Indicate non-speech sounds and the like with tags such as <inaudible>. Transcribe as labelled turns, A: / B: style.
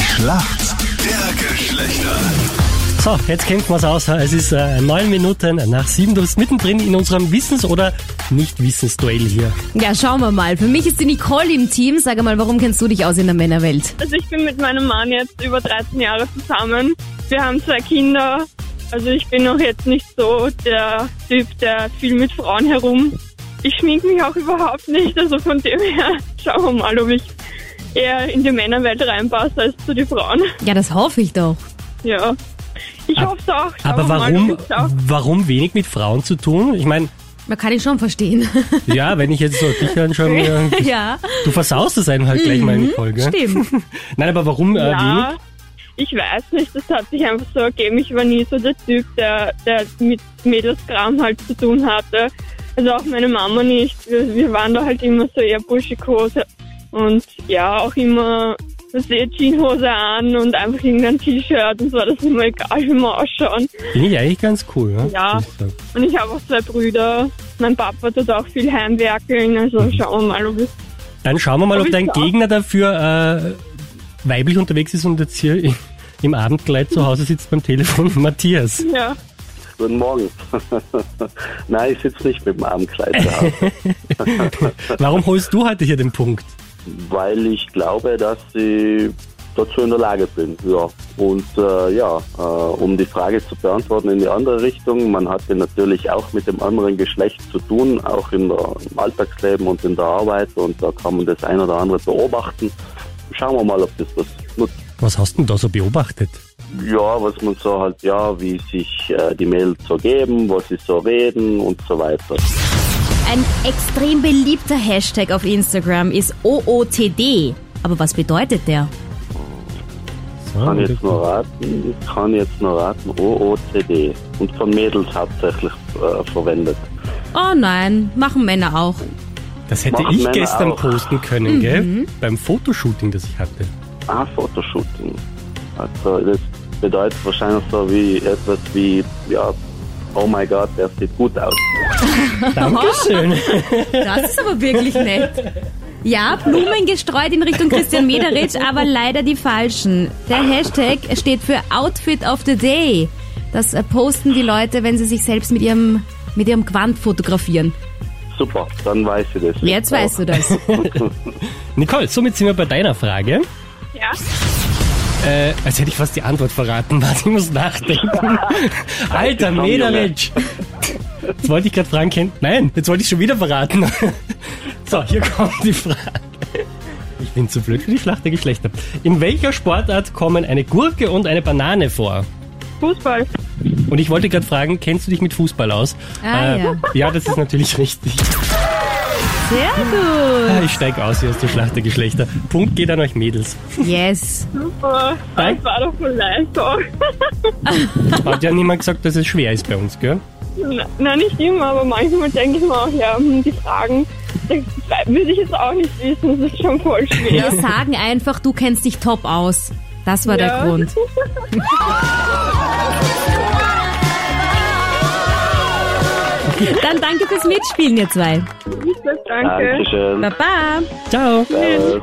A: Schlacht der Geschlechter.
B: So, jetzt kennt man es aus. Es ist äh, neun Minuten nach sieben. Du bist mittendrin in unserem Wissens- oder Nicht-Wissens-Duell hier.
C: Ja, schauen wir mal. Für mich ist die Nicole im Team. Sag mal, warum kennst du dich aus in der Männerwelt?
D: Also ich bin mit meinem Mann jetzt über 13 Jahre zusammen. Wir haben zwei Kinder. Also ich bin noch jetzt nicht so der Typ, der viel mit Frauen herum. Ich schminke mich auch überhaupt nicht. Also von dem her <laughs> schauen wir mal, ob ich eher in die Männerwelt reinpasse als zu den Frauen.
C: Ja, das hoffe ich doch.
D: Ja. Ich hoffe es auch. Schauen
B: Aber
D: wir mal,
B: warum,
D: ob ich's auch-
B: warum wenig mit Frauen zu tun? Ich meine,
C: Man kann ich schon verstehen. <laughs>
B: ja, wenn ich jetzt so dich anschaue, mir-
C: ja,
B: du versaust es einem halt gleich mal in die Folge.
C: stimmt.
B: Nein, aber warum äh, wenig?
D: Ja, ich weiß nicht, das hat sich einfach so ergeben. Ich war nie so der Typ, der, der mit Mädelskram halt zu tun hatte. Also auch meine Mama nicht. Wir, wir waren da halt immer so eher Burschikose. Und ja, auch immer das Jeanshose an und einfach irgendein T-Shirt und so, das ist immer egal, wie wir ausschauen.
B: Finde ich eigentlich ganz cool. Ja.
D: Ja.
B: muss ich sagen.
D: Und ich habe auch zwei Brüder. Mein Papa tut auch viel heimwerkeln, also schauen wir mal, ob es
B: Dann schauen wir mal,
D: Hab
B: ob
D: ich
B: dein
D: da.
B: Gegner dafür äh, weiblich unterwegs ist und jetzt hier im Abendkleid zu Hause sitzt beim Telefon. <laughs> Matthias.
D: ja.
E: Guten Morgen. <laughs> Nein, ich sitze nicht mit dem Armkleid da,
B: Warum holst du heute hier den Punkt?
E: weil ich glaube, dass ich dazu in der Lage bin. Ja. Und äh, ja, äh, um die Frage zu beantworten in die andere Richtung, man hatte natürlich auch mit dem anderen Geschlecht zu tun, auch in der, im Alltagsleben und in der Arbeit. Und da kann man das ein oder andere beobachten. Schauen wir mal, ob das was nutzt.
B: Was hast du denn da so beobachtet?
E: Ja, was man so halt, ja, wie sich äh, die Mädels so geben, was sie so reden und so weiter.
C: Ein extrem beliebter Hashtag auf Instagram ist OOTD. Aber was bedeutet der?
B: So,
E: kann jetzt nur raten, kann jetzt nur raten, OOCD. Und von Mädels hauptsächlich äh, verwendet.
C: Oh nein, machen Männer auch.
B: das hätte
E: Machen
B: ich
E: Männer
B: gestern
E: auch.
B: posten können,
C: Mhm.
B: gell? Beim Fotoshooting, das ich hatte.
E: Ah, Fotoshooting. Also das bedeutet wahrscheinlich so wie etwas wie, ja, oh mein Gott, der sieht gut aus.
B: Dankeschön. <laughs>
C: Das ist aber wirklich nett. Ja, Blumen gestreut in Richtung Christian Mederitsch, aber leider die falschen. Der Hashtag steht für Outfit of the Day. Das äh, posten die Leute, wenn sie sich selbst mit ihrem, mit ihrem Quant fotografieren.
E: Super, dann weiß ich das.
C: Jetzt weißt du das.
B: Nicole, somit sind wir bei deiner Frage.
D: Ja.
B: Äh, als hätte ich fast die Antwort verraten, <laughs> Martin muss
E: <laughs>
B: nachdenken. Alter,
E: komm,
B: Mederitsch. Jetzt wollte ich gerade fragen, kennt. Nein, jetzt wollte ich schon wieder verraten. <laughs> So, hier kommt die Frage. Ich bin zu blöd für die Schlacht der Geschlechter. In welcher Sportart kommen eine Gurke und eine Banane vor?
D: Fußball.
B: Und ich wollte gerade fragen, kennst du dich mit Fußball aus? Äh,
C: Ah, ja.
B: ja, das ist natürlich <laughs> richtig.
C: Sehr
B: Ah, Ich steige aus hier aus der Schlacht der Geschlechter. Punkt geht an euch Mädels.
C: gut. Yes.
D: Super.
B: Danke.
D: Das war doch von leicht. auch.
B: Hat ja niemand gesagt, dass es schwer ist bei uns, gell?
D: Na- Nein, nicht immer, aber manchmal denke ich mir auch, ja, hm, die Fragen, das würde ich jetzt auch nicht wissen, das ist schon voll schwer. <laughs>
C: Wir sagen einfach, du kennst dich top aus. Das war der
D: Ja.
C: Grund. Dann danke fürs Mitspielen, ihr zwei.
D: Danke.
E: Dankeschön.
C: Baba.
B: Ciao.
E: Servus.